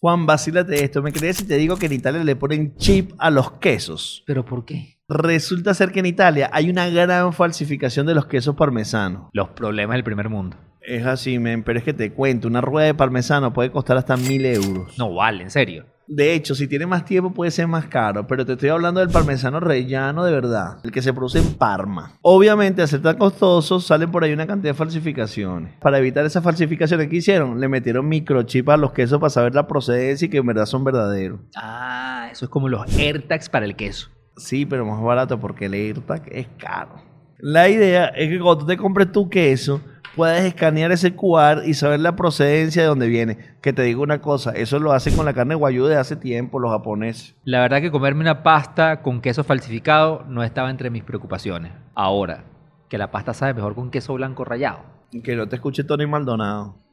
Juan, vacílate esto. ¿Me crees si te digo que en Italia le ponen chip a los quesos? ¿Pero por qué? Resulta ser que en Italia hay una gran falsificación de los quesos parmesanos. Los problemas del primer mundo. Es así, men, pero es que te cuento, una rueda de parmesano puede costar hasta mil euros. No vale, en serio. De hecho, si tiene más tiempo puede ser más caro, pero te estoy hablando del parmesano rellano de verdad, el que se produce en Parma. Obviamente, al ser tan costoso, salen por ahí una cantidad de falsificaciones. Para evitar esas falsificaciones que hicieron, le metieron microchip a los quesos para saber la procedencia y que en verdad son verdaderos. Ah, eso es como los AirTags para el queso. Sí, pero más barato porque el AirTag es caro. La idea es que cuando tú te compres tu queso, puedes escanear ese QR y saber la procedencia de dónde viene. Que te digo una cosa, eso lo hacen con la carne guayú de hace tiempo los japoneses. La verdad que comerme una pasta con queso falsificado no estaba entre mis preocupaciones. Ahora, que la pasta sabe mejor con queso blanco rallado. Que no te escuche Tony Maldonado.